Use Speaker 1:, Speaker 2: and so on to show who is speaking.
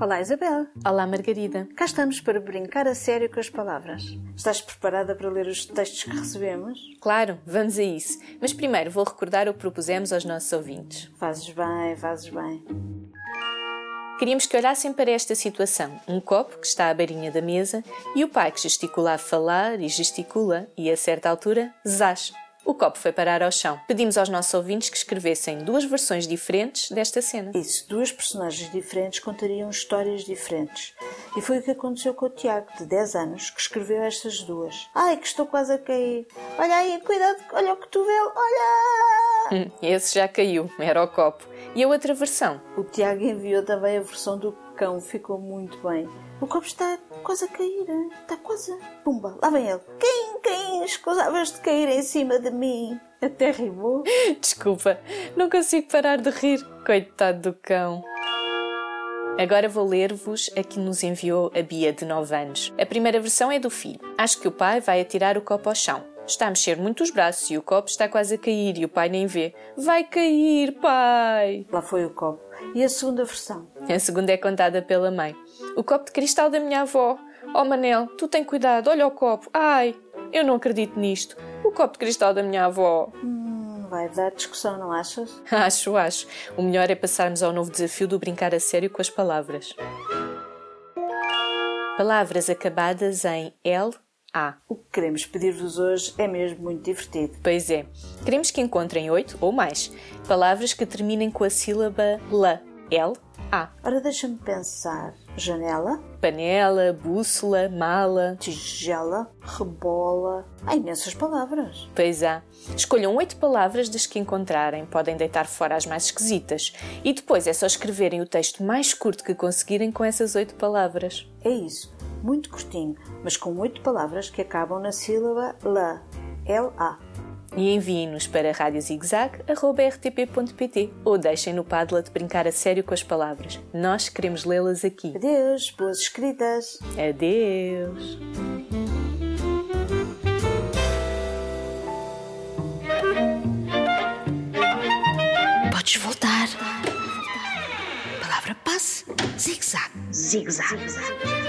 Speaker 1: Olá, Isabel.
Speaker 2: Olá, Margarida.
Speaker 1: Cá estamos para brincar a sério com as palavras. Estás preparada para ler os textos que recebemos?
Speaker 2: Claro, vamos a isso. Mas primeiro vou recordar o que propusemos aos nossos ouvintes.
Speaker 1: Fazes bem, fazes bem.
Speaker 2: Queríamos que olhassem para esta situação: um copo que está à beirinha da mesa e o pai que gesticula a falar e gesticula e, a certa altura, zás. O copo foi parar ao chão. Pedimos aos nossos ouvintes que escrevessem duas versões diferentes desta cena.
Speaker 1: E se duas personagens diferentes contariam histórias diferentes. E foi o que aconteceu com o Tiago, de 10 anos, que escreveu estas duas. Ai, que estou quase a cair. Olha aí, cuidado, olha o cotovelo, olha!
Speaker 2: Hum, esse já caiu, era o copo. E a outra versão?
Speaker 1: O Tiago enviou também a versão do cão, ficou muito bem. O copo está quase a cair, hein? está quase. Pumba, lá vem ele. Quem, quem, escusavas de cair em cima de mim? Até rimou.
Speaker 2: Desculpa, não consigo parar de rir. Coitado do cão. Agora vou ler-vos a que nos enviou a Bia, de 9 anos. A primeira versão é do filho. Acho que o pai vai atirar o copo ao chão. Está a mexer muito os braços e o copo está quase a cair e o pai nem vê. Vai cair, pai!
Speaker 1: Lá foi o copo. E a segunda versão?
Speaker 2: A segunda é contada pela mãe. O copo de cristal da minha avó. Oh Manel, tu tem cuidado, olha o copo. Ai, eu não acredito nisto. O copo de cristal da minha avó.
Speaker 1: Hum, vai dar discussão, não achas?
Speaker 2: Acho, acho. O melhor é passarmos ao novo desafio do brincar a sério com as palavras. Palavras acabadas em L, A.
Speaker 1: O que queremos pedir-vos hoje é mesmo muito divertido.
Speaker 2: Pois é. Queremos que encontrem oito ou mais palavras que terminem com a sílaba la, L, A.
Speaker 1: Ora, deixa-me pensar. Janela,
Speaker 2: Panela, bússola, mala.
Speaker 1: tigela, rebola. Há imensas palavras.
Speaker 2: Pois há. Escolham oito palavras das que encontrarem, podem deitar fora as mais esquisitas. E depois é só escreverem o texto mais curto que conseguirem com essas oito palavras.
Speaker 1: É isso. Muito curtinho, mas com oito palavras que acabam na sílaba la. L-A.
Speaker 2: E enviem-nos para radiozigzag.rtp.pt ou deixem no Padlet brincar a sério com as palavras. Nós queremos lê-las aqui.
Speaker 1: Adeus, boas escritas.
Speaker 2: Adeus!
Speaker 3: Podes voltar. Palavra passe. Zig-zag.
Speaker 4: zig-zag.